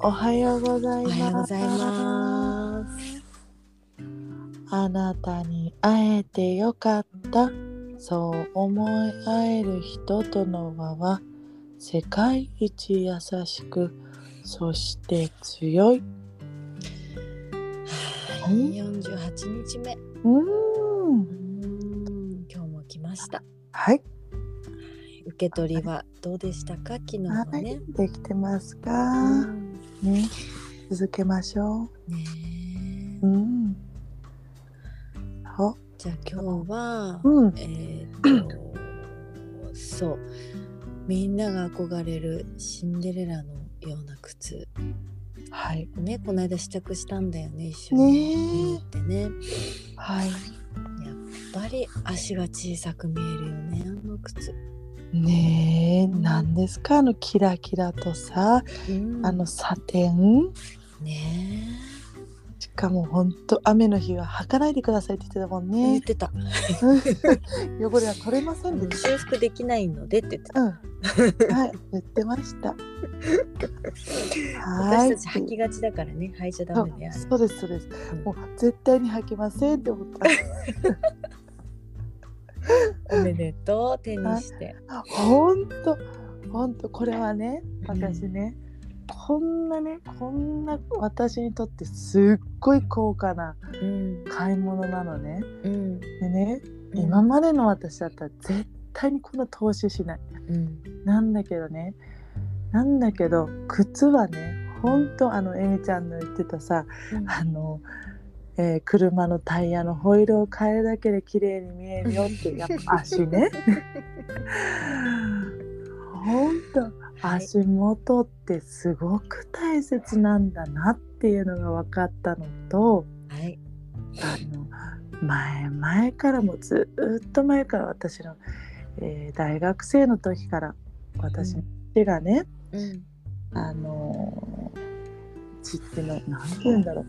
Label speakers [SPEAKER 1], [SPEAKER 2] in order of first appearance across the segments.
[SPEAKER 1] おはようござい
[SPEAKER 2] お
[SPEAKER 1] ます。
[SPEAKER 2] はようございます。
[SPEAKER 1] あなたに会えてよかった。そう思い合える人との輪は世界一優しく、そして強い。
[SPEAKER 2] はい、四十八日目。う
[SPEAKER 1] うーん。
[SPEAKER 2] ーん今日も来ました。
[SPEAKER 1] はい。
[SPEAKER 2] 受け取りはどうでしたか？昨日は
[SPEAKER 1] は
[SPEAKER 2] ね
[SPEAKER 1] い。。できてますか、
[SPEAKER 2] うん
[SPEAKER 1] ね。続けましょ
[SPEAKER 2] ね
[SPEAKER 1] う。う
[SPEAKER 2] え。
[SPEAKER 1] ん。そ
[SPEAKER 2] じゃあ今日は
[SPEAKER 1] う。うん。
[SPEAKER 2] えーっとそうみんなが憧れるシンデレラのような靴
[SPEAKER 1] はい。
[SPEAKER 2] ねこの間試着したんだよね一緒に見に行ってね。
[SPEAKER 1] はい。
[SPEAKER 2] やっぱり足が小さく見えるよねあの靴、
[SPEAKER 1] ねえ、なんですかあのキラキラとさ、あのサテン
[SPEAKER 2] ね
[SPEAKER 1] しかもほんと雨の日は履かないでくださいって言ってたもんね
[SPEAKER 2] え言ってた
[SPEAKER 1] 汚れは取れませんでした
[SPEAKER 2] 修復できないのでって言ってた
[SPEAKER 1] うん、 はい言ってましたはい
[SPEAKER 2] 私たち履きがちだからね履いちゃダメだよ
[SPEAKER 1] そうそうですそうですもう絶対に履きませんって思った
[SPEAKER 2] おめでとう手にして
[SPEAKER 1] ほんとほんとこれはね
[SPEAKER 2] うん
[SPEAKER 1] 私ね、こんなねこんな私にとってすっごい高価な
[SPEAKER 2] うん
[SPEAKER 1] 買い物なのね
[SPEAKER 2] うん
[SPEAKER 1] でね今までの私だったら絶対にこんな投資しない
[SPEAKER 2] うん
[SPEAKER 1] なんだけどねなんだけど靴はねほんとあのえみちゃんの言ってたさ
[SPEAKER 2] うん
[SPEAKER 1] あの、えー車のタイヤのホイールを変えるだけで綺麗に見えるよってやっぱ足 ねほんと
[SPEAKER 2] はい
[SPEAKER 1] 足元ってすごく大切なんだなっていうのが分かったのと、
[SPEAKER 2] はい
[SPEAKER 1] あの前前からもずっと前から私の、えー大学生の時から私の父がね、
[SPEAKER 2] うん
[SPEAKER 1] あの父ってのなんて言うんだろう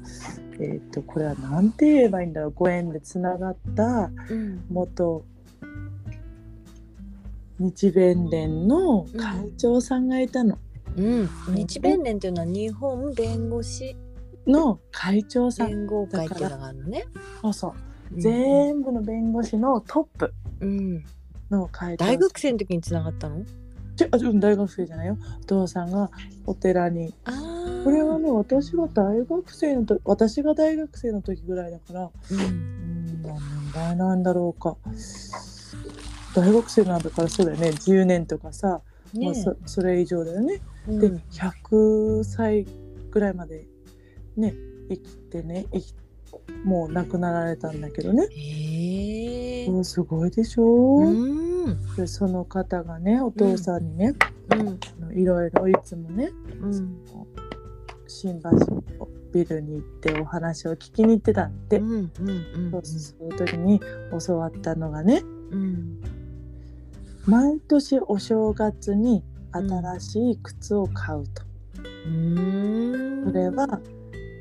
[SPEAKER 1] えっ、とこれはなんて言えばいいんだろうご縁でつながった
[SPEAKER 2] うん
[SPEAKER 1] 元日弁連の会長さんがいたの、
[SPEAKER 2] うん日弁連というのは日本弁護士
[SPEAKER 1] の会長さん
[SPEAKER 2] 連合会っていうのがあるのね
[SPEAKER 1] そうそう、
[SPEAKER 2] うん
[SPEAKER 1] 全部の弁護士のトップ
[SPEAKER 2] うん
[SPEAKER 1] の会長さん
[SPEAKER 2] 大学生の時に繋がったの
[SPEAKER 1] ちょあうん大学生じゃないよお父さんがお寺に
[SPEAKER 2] あー
[SPEAKER 1] これはね私が大学生の時私が大学生の時ぐらいだから
[SPEAKER 2] うん
[SPEAKER 1] うん何年前なんだろうか大学生なんだからそうだよね10年とかさ、まあ、
[SPEAKER 2] ね
[SPEAKER 1] そそれ以上だよね、
[SPEAKER 2] え
[SPEAKER 1] で
[SPEAKER 2] うん
[SPEAKER 1] 100歳ぐらいまでね生きてね生きもう亡くなられたんだけどね
[SPEAKER 2] へえ
[SPEAKER 1] うんすごいでしょ、
[SPEAKER 2] うん
[SPEAKER 1] でその方がねお父さんにね、
[SPEAKER 2] うん
[SPEAKER 1] あのいろいろいつもね
[SPEAKER 2] うん
[SPEAKER 1] 新橋のビルに行ってお話を聞きに行ってたんで、
[SPEAKER 2] うんうん
[SPEAKER 1] そうその時に教わったのがね
[SPEAKER 2] うん
[SPEAKER 1] 毎年お正月に新しい靴を買うと、
[SPEAKER 2] うん
[SPEAKER 1] それは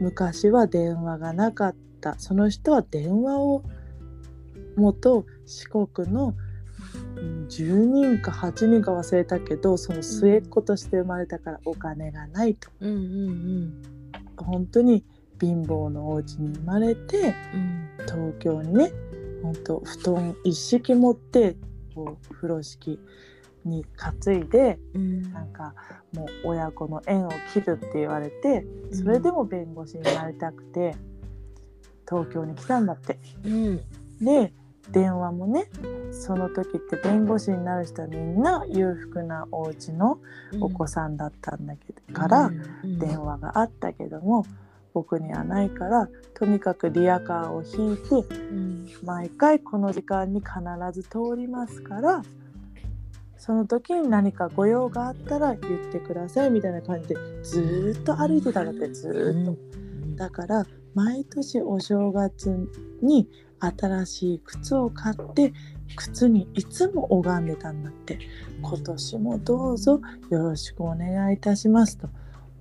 [SPEAKER 1] 昔は電話がなかったその人は電話を元四国のうん10人か8人か忘れたけどその末っ子として生まれたからお金がないと
[SPEAKER 2] うんうん
[SPEAKER 1] 本当に貧乏のお家に生まれて、
[SPEAKER 2] うん
[SPEAKER 1] 東京にねほんと布団一式持ってこう風呂敷に担いで
[SPEAKER 2] うん
[SPEAKER 1] なんかもう親子の縁を切るって言われてそれでも弁護士になりたくて東京に来たんだって。
[SPEAKER 2] うん
[SPEAKER 1] で電話もねその時って弁護士になる人はみんな裕福なお家のお子さんだったんだけどから電話があったけども僕にはないからとにかくリアカーを引いて
[SPEAKER 2] うん
[SPEAKER 1] 毎回この時間に必ず通りますからその時に何かご用があったら言ってくださいみたいな感じでずーっと歩いてたんだってずーっと、だから毎年お正月に新しい靴を買って靴にいつも拝んでたんだって今年もどうぞよろしくお願いいたしますと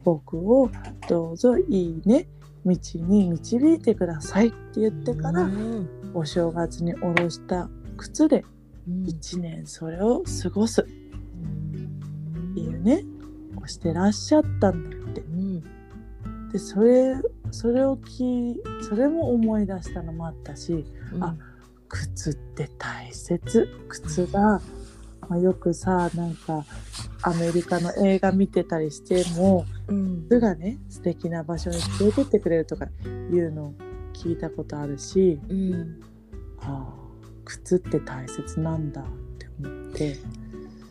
[SPEAKER 1] 僕をどうぞいいね道に導いてくださいって言ってから
[SPEAKER 2] うん
[SPEAKER 1] お正月におろした靴で1年それを過ごすっていうねをしてらっしゃったんだって
[SPEAKER 2] うん
[SPEAKER 1] でそれそれを聞いそれも思い出したのもあったしあ靴って大切靴が、まあ、よくさなんかアメリカの映画見てたりしても
[SPEAKER 2] うん
[SPEAKER 1] 靴がね素敵な場所に連れてってくれるとかいうのを聞いたことあるし
[SPEAKER 2] うん
[SPEAKER 1] ああ靴って大切なんだって思って。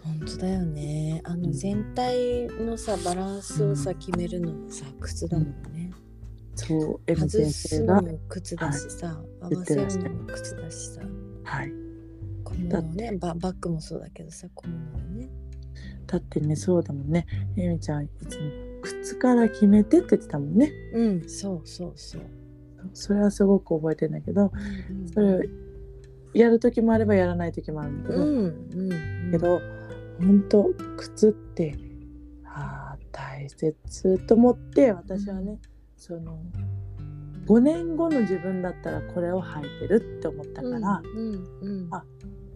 [SPEAKER 2] 本当だよねあ
[SPEAKER 1] う
[SPEAKER 2] の
[SPEAKER 1] ん
[SPEAKER 2] 全体のさバランスをさ
[SPEAKER 1] うん
[SPEAKER 2] 決めるのもさ靴だもんね
[SPEAKER 1] そう、M
[SPEAKER 2] 外
[SPEAKER 1] 先
[SPEAKER 2] す
[SPEAKER 1] 生
[SPEAKER 2] の
[SPEAKER 1] が、
[SPEAKER 2] も靴だしさ合
[SPEAKER 1] 言
[SPEAKER 2] わ
[SPEAKER 1] って
[SPEAKER 2] せ
[SPEAKER 1] らっしゃ
[SPEAKER 2] る
[SPEAKER 1] る
[SPEAKER 2] のも靴だしさ
[SPEAKER 1] はい、
[SPEAKER 2] 小物をねババッグもそうだけどさ小物をね
[SPEAKER 1] だってね、そうだもんね。えみちゃん、いつも靴から決めてって言ってたもんね。
[SPEAKER 2] うんそうそうそう
[SPEAKER 1] それはすごく覚えてんだけど、
[SPEAKER 2] うん
[SPEAKER 1] それをやる時もあればやらない時もあるんだけ
[SPEAKER 2] う
[SPEAKER 1] ど、
[SPEAKER 2] んうん
[SPEAKER 1] けど、本当靴って、ああ、大切と思って、私はね、その、5年後の自分だったらこれを履いてるって思った
[SPEAKER 2] だ
[SPEAKER 1] から、
[SPEAKER 2] うんうん
[SPEAKER 1] あ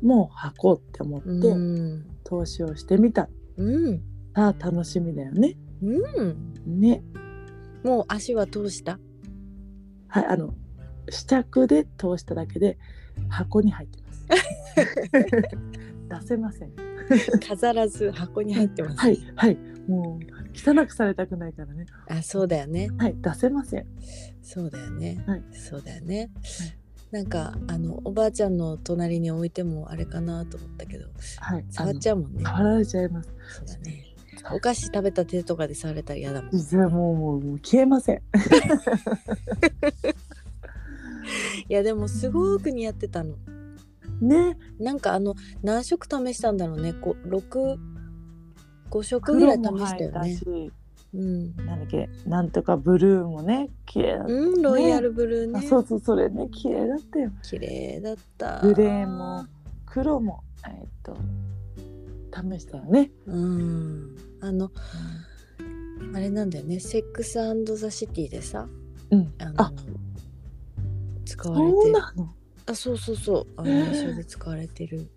[SPEAKER 1] もう履こうって思って、
[SPEAKER 2] うん
[SPEAKER 1] 投資をしてみた。
[SPEAKER 2] うん
[SPEAKER 1] さあ、楽しみだよね。
[SPEAKER 2] うん
[SPEAKER 1] ね。
[SPEAKER 2] もう足は通した
[SPEAKER 1] はい、あの試着で通しただけで箱に入って ます。出せません。
[SPEAKER 2] 飾らず箱に入ってます
[SPEAKER 1] はいはい、もう汚くされたくないからね。
[SPEAKER 2] あそうだよね
[SPEAKER 1] はい、出せません。
[SPEAKER 2] そうだよね、
[SPEAKER 1] はい
[SPEAKER 2] そうだよね、なんかあのおばあちゃんの隣に置いてもあれかなと思ったけど
[SPEAKER 1] はい、
[SPEAKER 2] 触っ
[SPEAKER 1] の
[SPEAKER 2] ちゃうもんね
[SPEAKER 1] 触られちゃいます。
[SPEAKER 2] そうだねお菓子食べた手とかで触れたら嫌だもん
[SPEAKER 1] 実はもうもうもう消えません。
[SPEAKER 2] いやでもすごく似合ってたの
[SPEAKER 1] ね、
[SPEAKER 2] なんかあの何色試したんだろうねこう六五色ぐらい試したよね
[SPEAKER 1] 黒も入ったし
[SPEAKER 2] うん、
[SPEAKER 1] なんだっけ、なんとかブルーもね、綺麗だった。
[SPEAKER 2] うん、ロイヤルブルー
[SPEAKER 1] あ、
[SPEAKER 2] ね
[SPEAKER 1] そうそう、それね、綺麗だったよ。
[SPEAKER 2] 綺麗だった
[SPEAKER 1] グレーも黒も、えっと試したよね。
[SPEAKER 2] うんあのあれなんだよね「セックスザ・シティ」でさ
[SPEAKER 1] うん、
[SPEAKER 2] あの
[SPEAKER 1] あ
[SPEAKER 2] 使われ
[SPEAKER 1] そう
[SPEAKER 2] てる
[SPEAKER 1] なの。
[SPEAKER 2] あそうそうそうあの
[SPEAKER 1] へえ
[SPEAKER 2] 衣装で使われてる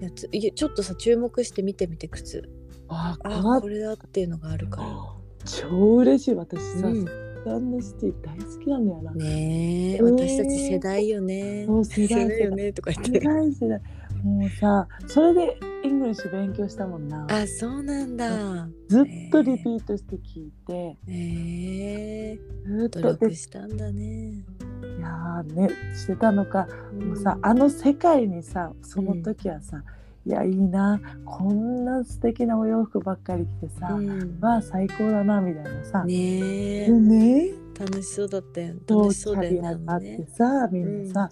[SPEAKER 2] やついやちょっとさ注目して見てみて靴
[SPEAKER 1] あ、変わ
[SPEAKER 2] あ
[SPEAKER 1] っ
[SPEAKER 2] これだっていうのがあるか
[SPEAKER 1] 超嬉しい私
[SPEAKER 2] ら、
[SPEAKER 1] さ、
[SPEAKER 2] うん、
[SPEAKER 1] ランドシティ大好きなんだよな、
[SPEAKER 2] ねえ
[SPEAKER 1] うん
[SPEAKER 2] 私たち世代よね
[SPEAKER 1] そう世代
[SPEAKER 2] よねとか言っ
[SPEAKER 1] 世
[SPEAKER 2] て
[SPEAKER 1] 代世代もうさそれでイングリッシュ勉強したもんな
[SPEAKER 2] あそうなんだ
[SPEAKER 1] ずっとリピートして聞いて
[SPEAKER 2] へえ
[SPEAKER 1] ずっ
[SPEAKER 2] 努
[SPEAKER 1] と
[SPEAKER 2] 力
[SPEAKER 1] でい
[SPEAKER 2] したんだね
[SPEAKER 1] やーねしてたのか、もうさあの世界にさその時はさ、いやいいなこんな素敵なお洋服ばっかり着てさ、
[SPEAKER 2] うん
[SPEAKER 1] まあ最高だなみたいなさ、
[SPEAKER 2] ねえ
[SPEAKER 1] でね
[SPEAKER 2] 楽しそうだったよ
[SPEAKER 1] と
[SPEAKER 2] 楽
[SPEAKER 1] キ
[SPEAKER 2] しそうだ
[SPEAKER 1] ャ
[SPEAKER 2] よ
[SPEAKER 1] リ
[SPEAKER 2] ね
[SPEAKER 1] ア
[SPEAKER 2] あ
[SPEAKER 1] があ
[SPEAKER 2] の
[SPEAKER 1] っ
[SPEAKER 2] ね
[SPEAKER 1] てさみんなさ、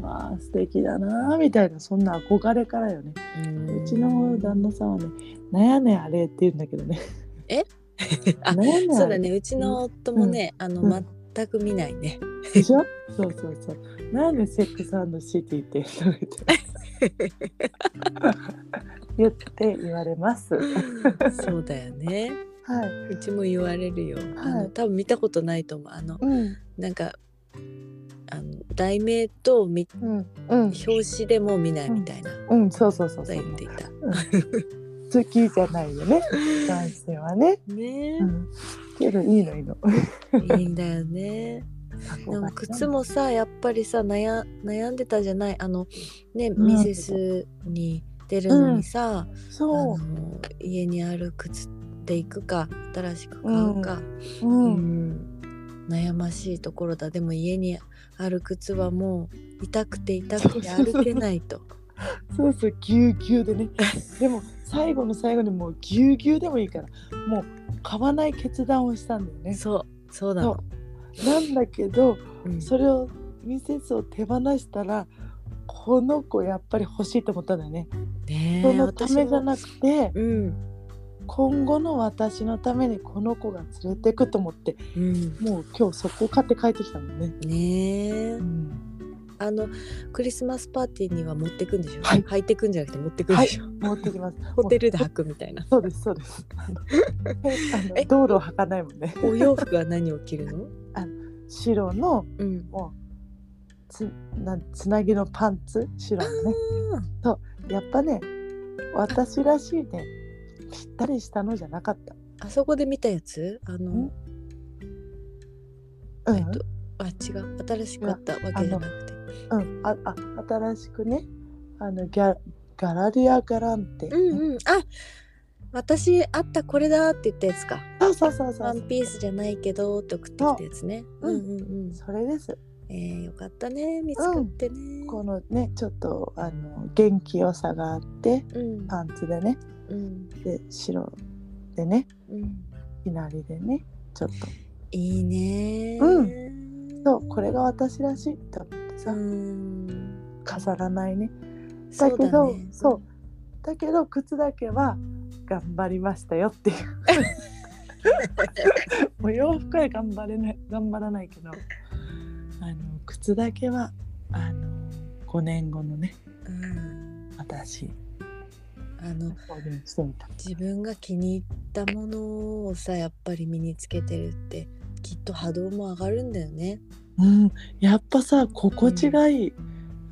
[SPEAKER 1] わあ素敵だなあみたいなそんな憧れからよね、うちの旦那さんはね「なんやねんあれ」って言うんだけどね
[SPEAKER 2] あ
[SPEAKER 1] なんやねんあれ
[SPEAKER 2] そうだねうちの夫もね、あの、
[SPEAKER 1] うん
[SPEAKER 2] 全く見な いね
[SPEAKER 1] でしょそうそうそう「なんでセックスシティ」って言って言って言われますはい
[SPEAKER 2] そうだよねうちも言われるよ、あ
[SPEAKER 1] は
[SPEAKER 2] の
[SPEAKER 1] い
[SPEAKER 2] 多分見たことないと思うあの
[SPEAKER 1] うん
[SPEAKER 2] なんかあの題名とみ
[SPEAKER 1] うんうん
[SPEAKER 2] 表紙でも見ないみたいなこ
[SPEAKER 1] うんそうそうそう
[SPEAKER 2] と
[SPEAKER 1] そう
[SPEAKER 2] 言っていた、
[SPEAKER 1] 好きじゃないよね男性はね、
[SPEAKER 2] ね
[SPEAKER 1] うん、けどいいのいいの
[SPEAKER 2] いいんだよ ねでも靴
[SPEAKER 1] も
[SPEAKER 2] もさやっぱりさ悩悩んでたじゃないあのね
[SPEAKER 1] うん
[SPEAKER 2] ミセスに出るのにさ、
[SPEAKER 1] そ
[SPEAKER 2] あの家にある靴で行くか新しく買うか、
[SPEAKER 1] う、
[SPEAKER 2] う
[SPEAKER 1] うん
[SPEAKER 2] ん悩ましいところだでも家にある靴はもう痛くて痛くて歩けない と
[SPEAKER 1] そうそうぎゅうぎゅうでね でも最後の最後にもうぎゅうぎゅうでもいいからもう買わない決断をしたんだよね
[SPEAKER 2] そうそうなの
[SPEAKER 1] なんだけど
[SPEAKER 2] うん
[SPEAKER 1] それをミセスを手放したらこの子やっぱり欲しいと思ったんだよね、
[SPEAKER 2] ねえ
[SPEAKER 1] そのためじゃなくて
[SPEAKER 2] 私もうん
[SPEAKER 1] 今後の私のためにこの子が連れてくと思って
[SPEAKER 2] うん
[SPEAKER 1] もう今日そこ買って帰ってきたもんね、
[SPEAKER 2] ねえ
[SPEAKER 1] うん、
[SPEAKER 2] あのクリスマスパーティーには持ってくんでしょ、
[SPEAKER 1] はい
[SPEAKER 2] 履いてくんじゃなくて持ってくんでしょ、
[SPEAKER 1] 持ってきます
[SPEAKER 2] ホテルで履くみたいな
[SPEAKER 1] そうですそう ですあのあ
[SPEAKER 2] え
[SPEAKER 1] の道路を履かないもんね
[SPEAKER 2] お洋服は何を着るの
[SPEAKER 1] 白の
[SPEAKER 2] うん
[SPEAKER 1] もうつなつなぎのパンツ白の ね
[SPEAKER 2] あ
[SPEAKER 1] やっぱね私らしいねぴったりしたのじゃなかった
[SPEAKER 2] ーあそこで見たやつあの
[SPEAKER 1] んうん
[SPEAKER 2] えっと、あ違う新しかったわけじゃなくて
[SPEAKER 1] うん、ああ新しくねあのギャガラリア・ガランテ、
[SPEAKER 2] うんうんあ私あったこれだって言ったやつか
[SPEAKER 1] そうそうそうそ
[SPEAKER 2] ワ
[SPEAKER 1] う
[SPEAKER 2] ンピースじゃないけどって送ってきたやつねう
[SPEAKER 1] そうん
[SPEAKER 2] うんうん
[SPEAKER 1] それです
[SPEAKER 2] えー、よかったね見つかってね
[SPEAKER 1] このねちょっとあの元気よさがあって
[SPEAKER 2] うん
[SPEAKER 1] パンツでね
[SPEAKER 2] うん
[SPEAKER 1] で白でね
[SPEAKER 2] うん
[SPEAKER 1] いなりでねちょっと
[SPEAKER 2] いいね
[SPEAKER 1] うんそうこれが私らしいと思ってさ、
[SPEAKER 2] うん
[SPEAKER 1] 飾らないねだ
[SPEAKER 2] そう
[SPEAKER 1] け
[SPEAKER 2] だ
[SPEAKER 1] ど
[SPEAKER 2] ね
[SPEAKER 1] そうだけど靴だけは頑張りましたよっていうもう洋服は頑張れない頑張らないけどあの靴だけはあの5年後のね
[SPEAKER 2] うん
[SPEAKER 1] 私
[SPEAKER 2] あの
[SPEAKER 1] 購入してみた
[SPEAKER 2] 自分が気に入ったものをさやっぱり身につけてるってきっと波動も上がるんだよね
[SPEAKER 1] うんやっぱさ心地がいい、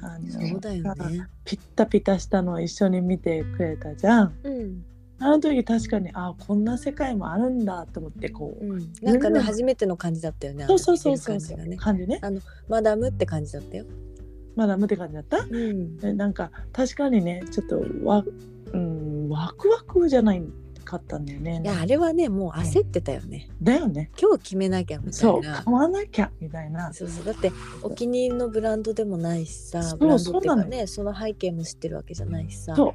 [SPEAKER 1] あの
[SPEAKER 2] そうだよ
[SPEAKER 1] さ
[SPEAKER 2] ね
[SPEAKER 1] ピッタピタしたのを一緒に見てくれたじゃん
[SPEAKER 2] うん
[SPEAKER 1] あの時確かにあこんな世界もあるんだと思ってこう、
[SPEAKER 2] うんなんか
[SPEAKER 1] う
[SPEAKER 2] ね
[SPEAKER 1] ん
[SPEAKER 2] 初めての感じだったよね
[SPEAKER 1] そうそうそうそ
[SPEAKER 2] あの
[SPEAKER 1] う
[SPEAKER 2] 着て
[SPEAKER 1] そ
[SPEAKER 2] る
[SPEAKER 1] う
[SPEAKER 2] 感じがね
[SPEAKER 1] 感じね
[SPEAKER 2] マダムって感じだったよ
[SPEAKER 1] まだ無って感じだった
[SPEAKER 2] うん
[SPEAKER 1] えなんか確かにねちょっとわ、うん、ワクワクじゃないかったんだよね
[SPEAKER 2] いやあれはねもう焦ってたよね
[SPEAKER 1] だよね
[SPEAKER 2] 今日決めなきゃみた
[SPEAKER 1] そ
[SPEAKER 2] いうな
[SPEAKER 1] 買わなきゃみたいな
[SPEAKER 2] そうそうだってお気に入りのブランドでもないしさ
[SPEAKER 1] そう
[SPEAKER 2] ブランドってい
[SPEAKER 1] そうう
[SPEAKER 2] か
[SPEAKER 1] なの
[SPEAKER 2] ねその背景も知ってるわけじゃないしさ
[SPEAKER 1] そ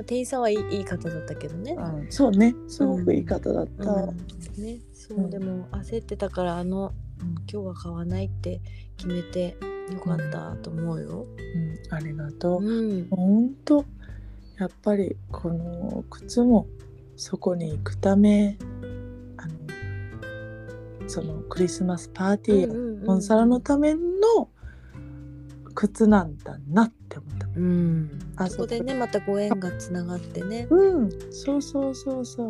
[SPEAKER 1] う
[SPEAKER 2] 店員さんはいいいい方だったけどね、
[SPEAKER 1] うん、そうねすごくいい方だった、
[SPEAKER 2] うんねそう、
[SPEAKER 1] うん
[SPEAKER 2] でも焦ってたからあの、うん今日は買わないって決めてよかったと思うよ。
[SPEAKER 1] うんありがとう、
[SPEAKER 2] うん、
[SPEAKER 1] ほんとやっぱりこの靴もそこに行くためあのそのクリスマスパーティーやコンサルのための靴なんだなって思った。
[SPEAKER 2] うん、
[SPEAKER 1] あ
[SPEAKER 2] そこでねまたご縁がつながってね
[SPEAKER 1] うん、そうそうそうそ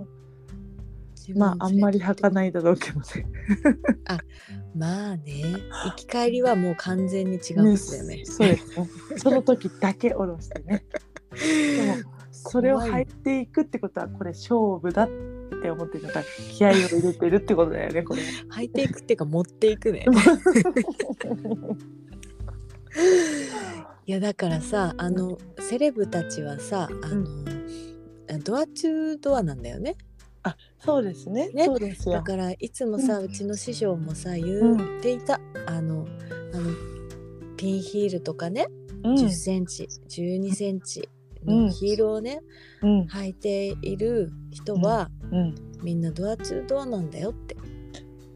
[SPEAKER 1] う。まああんまり履かないだろうけどね。
[SPEAKER 2] まあね行き帰りはもう完全に違うんですよね。
[SPEAKER 1] そうですね。 その時だけ下ろしてね。でもそれを履いていくってことはこれ勝負だって思ってるから気合を入れてるってことだよねこれ。
[SPEAKER 2] 履いていくっていうか持っていくね。いやだからさあのセレブたちはさあの、ドア中ドアなんだよね。
[SPEAKER 1] そうですね。
[SPEAKER 2] ね
[SPEAKER 1] そうです
[SPEAKER 2] だ
[SPEAKER 1] よ。
[SPEAKER 2] からいつもさ、うちの師匠もさ言っていた、あのあのピンヒールとかね、
[SPEAKER 1] うん
[SPEAKER 2] 1 0センチ1 2ンチのヒールをね、
[SPEAKER 1] うん
[SPEAKER 2] 履いている人は、
[SPEAKER 1] うん。
[SPEAKER 2] みんなドア中ドアなんだよってだ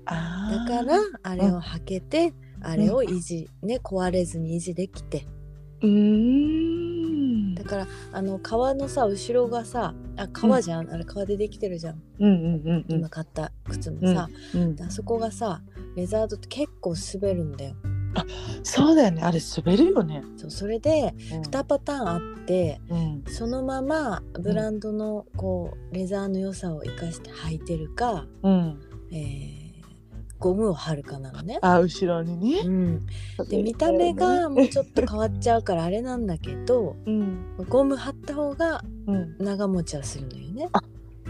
[SPEAKER 1] あ
[SPEAKER 2] か
[SPEAKER 1] ー
[SPEAKER 2] らあれを履けて、あれを維持ね壊れずに維持できて
[SPEAKER 1] うーん
[SPEAKER 2] だからあの革のさ後ろがさあ革じゃん、あれ革でできてるじゃん
[SPEAKER 1] うんうんうん
[SPEAKER 2] 今買った靴もさ、
[SPEAKER 1] うんうん
[SPEAKER 2] で。あそこがさレザードって結構滑るんだよ。
[SPEAKER 1] そうだよねあれ滑るよね。
[SPEAKER 2] そうそれで
[SPEAKER 1] う
[SPEAKER 2] 2パターンあって
[SPEAKER 1] ん
[SPEAKER 2] そのままブランドのこうレザーの良さを生かして履いてるか、
[SPEAKER 1] うん、
[SPEAKER 2] えーゴムを貼るかなのね。
[SPEAKER 1] あ後ろにね
[SPEAKER 2] う。ん、で見た目がもうちょっと変わっちゃうからあれなんだけど
[SPEAKER 1] うん
[SPEAKER 2] ゴム貼った方が
[SPEAKER 1] うん
[SPEAKER 2] 長持ちはするのよね。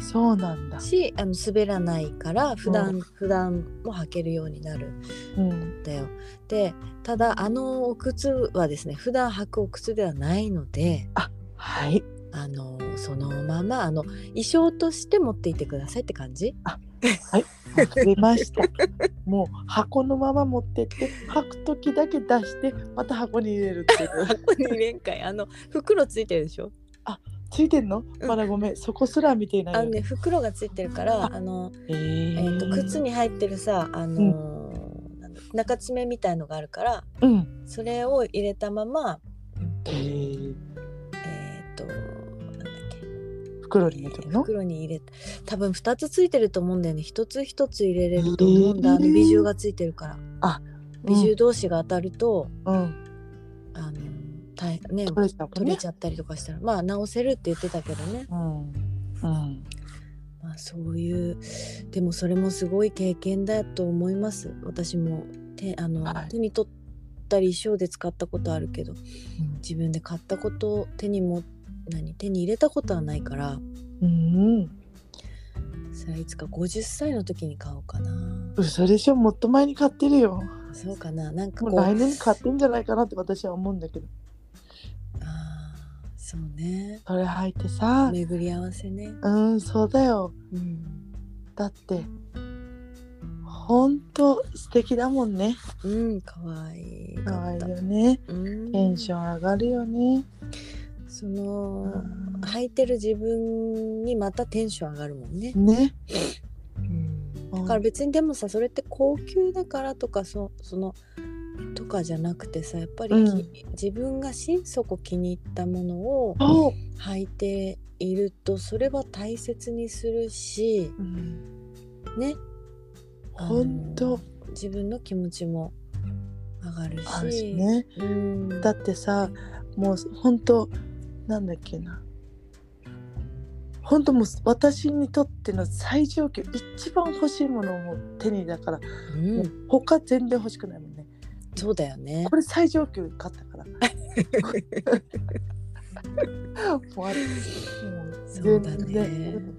[SPEAKER 1] そうなんだ。
[SPEAKER 2] しあの滑らないから普段、普段も履けるようになるん
[SPEAKER 1] うん
[SPEAKER 2] だよ。でただあのお靴はですね普段履くお靴ではないので。
[SPEAKER 1] はい
[SPEAKER 2] あのそのままあの衣装として持っていてくださいって感じ。
[SPEAKER 1] わかりました。もう箱のまま持ってって履く時だけ出してまた箱に入れるって いう。
[SPEAKER 2] 箱に入れんかいあの袋ついてるでしょ。
[SPEAKER 1] ついてんの？まだごめんそこすら見ていない
[SPEAKER 2] あ
[SPEAKER 1] よ。
[SPEAKER 2] のね袋がついてるからあの
[SPEAKER 1] え
[SPEAKER 2] え
[SPEAKER 1] ー
[SPEAKER 2] っ、と靴に入ってるさあの、なんだ中爪みたいのがあるから
[SPEAKER 1] うん。
[SPEAKER 2] それを入れたまま
[SPEAKER 1] えー
[SPEAKER 2] えっ、となんだっけ
[SPEAKER 1] 袋に入れてるの？
[SPEAKER 2] 袋に入れ多分2つついてると思うんだよね一つ一つ入れれると思うんだ、あのビジュがついてるから
[SPEAKER 1] あ
[SPEAKER 2] ビジュ同士が当たると、
[SPEAKER 1] うん。
[SPEAKER 2] あの大ね
[SPEAKER 1] 取れちゃった
[SPEAKER 2] 取れ
[SPEAKER 1] ね。
[SPEAKER 2] ちゃったりとかしたら、まあ直せるって言ってたけどね、
[SPEAKER 1] うんうん。
[SPEAKER 2] まあ、そういうでもそれもすごい経験だと思います私も手あの、
[SPEAKER 1] はい
[SPEAKER 2] 手に取ったり衣装で使ったことあるけど自分で買ったこと手にも何手に入れたことはないから
[SPEAKER 1] うん。
[SPEAKER 2] それはいつか50歳の時に買おうかな
[SPEAKER 1] 嘘でしょもっと前に買ってるよ
[SPEAKER 2] そうかななんか
[SPEAKER 1] も
[SPEAKER 2] こ
[SPEAKER 1] う
[SPEAKER 2] うあ
[SPEAKER 1] 来年に買ってんじゃないかなって私は思うんだけど
[SPEAKER 2] あーそうね
[SPEAKER 1] それ履いてさ
[SPEAKER 2] 巡り合わせね
[SPEAKER 1] うんそうだよ
[SPEAKER 2] うん、
[SPEAKER 1] だってほんと素敵だもんね
[SPEAKER 2] うん、かわいい
[SPEAKER 1] 可
[SPEAKER 2] か
[SPEAKER 1] 愛
[SPEAKER 2] っ
[SPEAKER 1] い
[SPEAKER 2] た
[SPEAKER 1] よね
[SPEAKER 2] うん
[SPEAKER 1] テンション上がるよね、
[SPEAKER 2] その
[SPEAKER 1] うん
[SPEAKER 2] 履いてる自分にまたテンション上がるもんね、
[SPEAKER 1] ね
[SPEAKER 2] だから別にでもさそれって高級だからとかそそのとかじゃなくてさやっぱりき、
[SPEAKER 1] うん
[SPEAKER 2] 自分が心底気に入ったものを
[SPEAKER 1] そ
[SPEAKER 2] 履いているとそれは大切にするし
[SPEAKER 1] う、うん、
[SPEAKER 2] ねあの
[SPEAKER 1] ほんと
[SPEAKER 2] 自分の気持ちも上がる
[SPEAKER 1] あるし
[SPEAKER 2] し。
[SPEAKER 1] ね
[SPEAKER 2] うん
[SPEAKER 1] だってさもうほんとなんだっけなほんともう私にとっての最上級一番欲しいものをもう手にだから、
[SPEAKER 2] うん
[SPEAKER 1] もう他全然欲しくないもんね
[SPEAKER 2] そうだよ ね
[SPEAKER 1] こ。れ最上級買ったからもうあれもう
[SPEAKER 2] そうだ
[SPEAKER 1] 全
[SPEAKER 2] ね
[SPEAKER 1] 然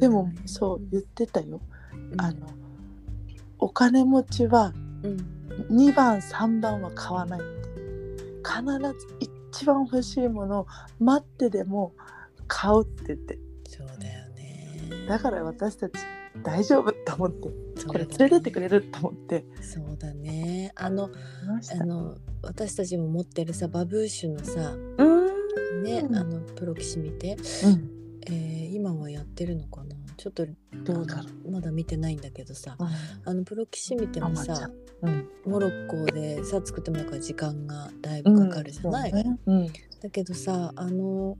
[SPEAKER 1] でもそう言ってたよ、
[SPEAKER 2] うん
[SPEAKER 1] あのお金持ちは
[SPEAKER 2] うん
[SPEAKER 1] 2番3番は買わないって必ず一番欲しいものを待ってでも買うって言って
[SPEAKER 2] そうだよね。
[SPEAKER 1] だから私たち大丈夫と思って
[SPEAKER 2] そう
[SPEAKER 1] こ
[SPEAKER 2] だ
[SPEAKER 1] れ
[SPEAKER 2] ね
[SPEAKER 1] 連れてってくれると思って
[SPEAKER 2] そうだね。あの
[SPEAKER 1] まし
[SPEAKER 2] あの私たちも持ってるさバブーシュのさ
[SPEAKER 1] うん
[SPEAKER 2] ね、
[SPEAKER 1] うん
[SPEAKER 2] あのプロキシミテ、えー今はやってるのかなちょっと
[SPEAKER 1] どうだろ
[SPEAKER 2] あのまだ見てないんだけどさあのプロキシミテも
[SPEAKER 1] あまあじゃ
[SPEAKER 2] さ
[SPEAKER 1] あう、うん、
[SPEAKER 2] モロッコでさ作ってもらうから時間がだいぶかかるじゃない、
[SPEAKER 1] うんそうねうん
[SPEAKER 2] だけどさあの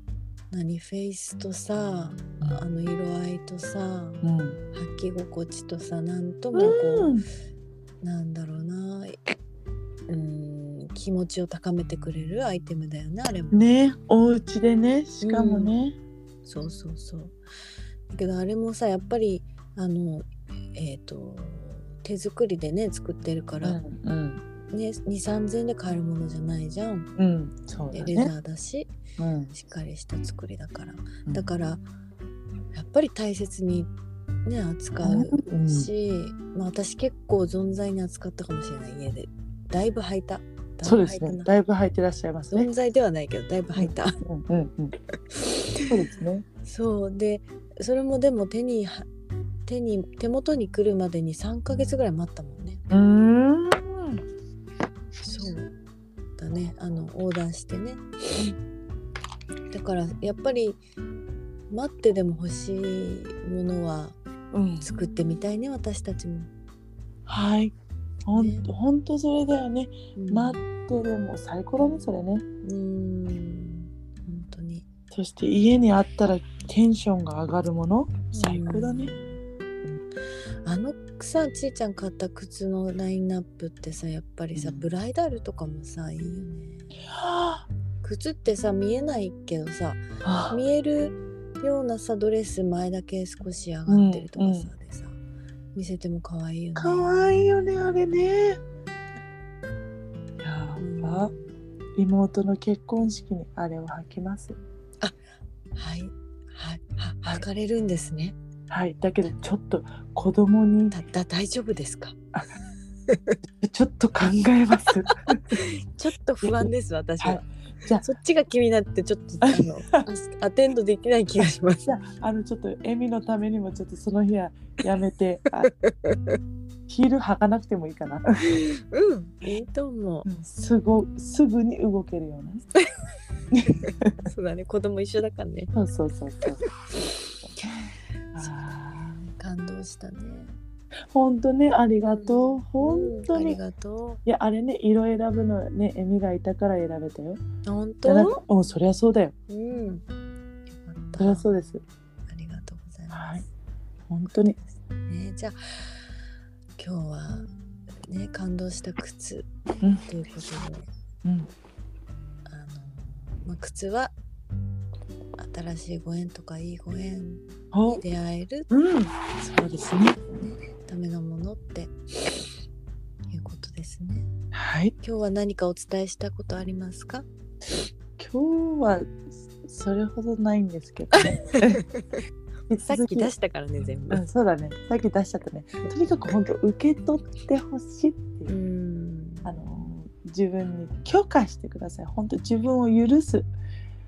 [SPEAKER 2] 何フェイスとさあの色合いとさ
[SPEAKER 1] う
[SPEAKER 2] 履
[SPEAKER 1] ん
[SPEAKER 2] き心地とさなんともこう、
[SPEAKER 1] うん
[SPEAKER 2] なんだろうなうん気持ちを高めてくれるアイテムだよねあれも。
[SPEAKER 1] ねお家でねしかもね、
[SPEAKER 2] そうそうそう。だけどあれもさやっぱりあのえっ、と手作りでね作ってるか
[SPEAKER 1] う
[SPEAKER 2] ら、
[SPEAKER 1] ん
[SPEAKER 2] ね2,3,000円で買えるものじゃないじゃん。
[SPEAKER 1] うん、そう
[SPEAKER 2] で
[SPEAKER 1] だ
[SPEAKER 2] レザ
[SPEAKER 1] ね、
[SPEAKER 2] ーだし
[SPEAKER 1] うん、
[SPEAKER 2] しっかりした作りだから
[SPEAKER 1] うん
[SPEAKER 2] だからやっぱり大切にね扱う
[SPEAKER 1] うん
[SPEAKER 2] し、まあ、私結構存在に扱ったかもしれない家でだいぶ履いた。だい
[SPEAKER 1] そう
[SPEAKER 2] ぶ
[SPEAKER 1] で
[SPEAKER 2] 履い
[SPEAKER 1] す
[SPEAKER 2] た
[SPEAKER 1] ね
[SPEAKER 2] な
[SPEAKER 1] だいぶ入ってらっしゃいますね
[SPEAKER 2] 存在ではないけどだいぶ履いた、
[SPEAKER 1] うんうんうんそうですね
[SPEAKER 2] そうでそれもでも手には手に手元に来るまでに3ヶ月ぐらい待ったもんね
[SPEAKER 1] うーん
[SPEAKER 2] そうだねあのオーダーしてねだからやっぱり待ってでも欲しいものは
[SPEAKER 1] うん
[SPEAKER 2] 作ってみたいね私たちも、
[SPEAKER 1] はいほん
[SPEAKER 2] ね
[SPEAKER 1] ほんとそれだよね
[SPEAKER 2] うん、
[SPEAKER 1] 待ってでも最高だねそれね
[SPEAKER 2] うん本当に
[SPEAKER 1] そして家にあったらテンションが上がるもの最高だね
[SPEAKER 2] あのさちーちゃん買った靴のラインナップってさやっぱりさ、
[SPEAKER 1] うん
[SPEAKER 2] ブライダルとかもさいいよね
[SPEAKER 1] は
[SPEAKER 2] 靴ってさ見えないけどさ
[SPEAKER 1] あ
[SPEAKER 2] 見えるようなさドレス前だけ少し上がってるとかさ、
[SPEAKER 1] う
[SPEAKER 2] でさ見せても可愛いよね
[SPEAKER 1] かわいいよねあれねやば妹の結婚式にあれを履きます
[SPEAKER 2] はいはいははかれるんですね
[SPEAKER 1] はいだけどちょっと子供に
[SPEAKER 2] だだ大丈夫ですか
[SPEAKER 1] ちょっと考えます
[SPEAKER 2] ちょっと不安です私は、
[SPEAKER 1] はい じゃあ
[SPEAKER 2] そっちが気になってちょっとあの アアテンドできない気がします
[SPEAKER 1] じゃああのちょっとエミのためにもちょっとその日はやめてあヒール履かなくてもいいかな
[SPEAKER 2] うんいいと思う
[SPEAKER 1] すごすぐに動けるような
[SPEAKER 2] そうだね子供一緒だからね
[SPEAKER 1] そうそうそうそうあ
[SPEAKER 2] 感動したね
[SPEAKER 1] ー本当ねありがとう本当
[SPEAKER 2] うんあり
[SPEAKER 1] に
[SPEAKER 2] がと
[SPEAKER 1] いやあれね色選ぶのねエミがいたから選べたよ
[SPEAKER 2] う本
[SPEAKER 1] じゃな
[SPEAKER 2] 当
[SPEAKER 1] くうんそりゃそうだよ
[SPEAKER 2] うんよか
[SPEAKER 1] そりゃ
[SPEAKER 2] った
[SPEAKER 1] そうです
[SPEAKER 2] ありがとうございます、
[SPEAKER 1] はい本当に
[SPEAKER 2] ね、じゃあ今日はね感動した靴
[SPEAKER 1] うん
[SPEAKER 2] ということで、
[SPEAKER 1] うん
[SPEAKER 2] あのまあ、靴は新しいご縁とかいいご縁
[SPEAKER 1] ほ
[SPEAKER 2] 出会える
[SPEAKER 1] うんそうですね
[SPEAKER 2] ためのものっていうことですね。
[SPEAKER 1] はい
[SPEAKER 2] 今日は何かお伝えしたことありま すか？
[SPEAKER 1] 今日はそれほどないんですけど、ね、引き
[SPEAKER 2] さっ
[SPEAKER 1] 続
[SPEAKER 2] き出したからね全部
[SPEAKER 1] うん、そうだねさっき出しちゃったねとにかく本当受け取ってほしいっていう、
[SPEAKER 2] ん
[SPEAKER 1] あの自分に許可してください本当自分を許す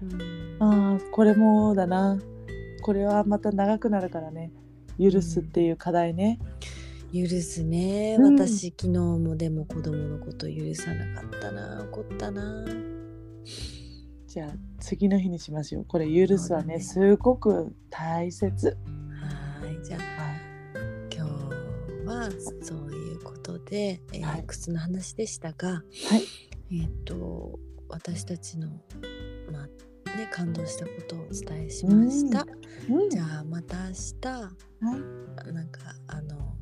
[SPEAKER 2] うん
[SPEAKER 1] あーこれもだなこれはまた長くなるからね許すっていう課題ね、
[SPEAKER 2] 許すね、
[SPEAKER 1] うん
[SPEAKER 2] 私昨日もでも子供のこと許さなかったな怒ったな
[SPEAKER 1] じゃあ次の日にしましょうこれ許すはね
[SPEAKER 2] そう
[SPEAKER 1] すごく大切、
[SPEAKER 2] はーいじゃあ
[SPEAKER 1] はい、
[SPEAKER 2] 今日はそういうことで、えー
[SPEAKER 1] はい
[SPEAKER 2] いくつの話でしたが、
[SPEAKER 1] はい
[SPEAKER 2] えっ、と私たちのまあね感動したことをお伝えしました。
[SPEAKER 1] うん
[SPEAKER 2] じゃあまた明日、
[SPEAKER 1] は
[SPEAKER 2] なんかあの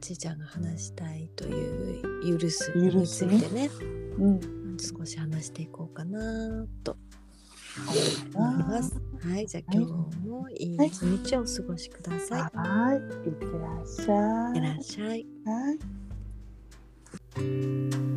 [SPEAKER 2] ちーちゃんが話したいという許す
[SPEAKER 1] 許
[SPEAKER 2] に
[SPEAKER 1] す
[SPEAKER 2] つ
[SPEAKER 1] ね
[SPEAKER 2] いてね
[SPEAKER 1] うん
[SPEAKER 2] 少し話していこうかなと思い
[SPEAKER 1] は
[SPEAKER 2] ます。はいじゃあ今日もいい一日をお過ごしください。い
[SPEAKER 1] ーいいってらっしゃい
[SPEAKER 2] ってらっしゃい。
[SPEAKER 1] はい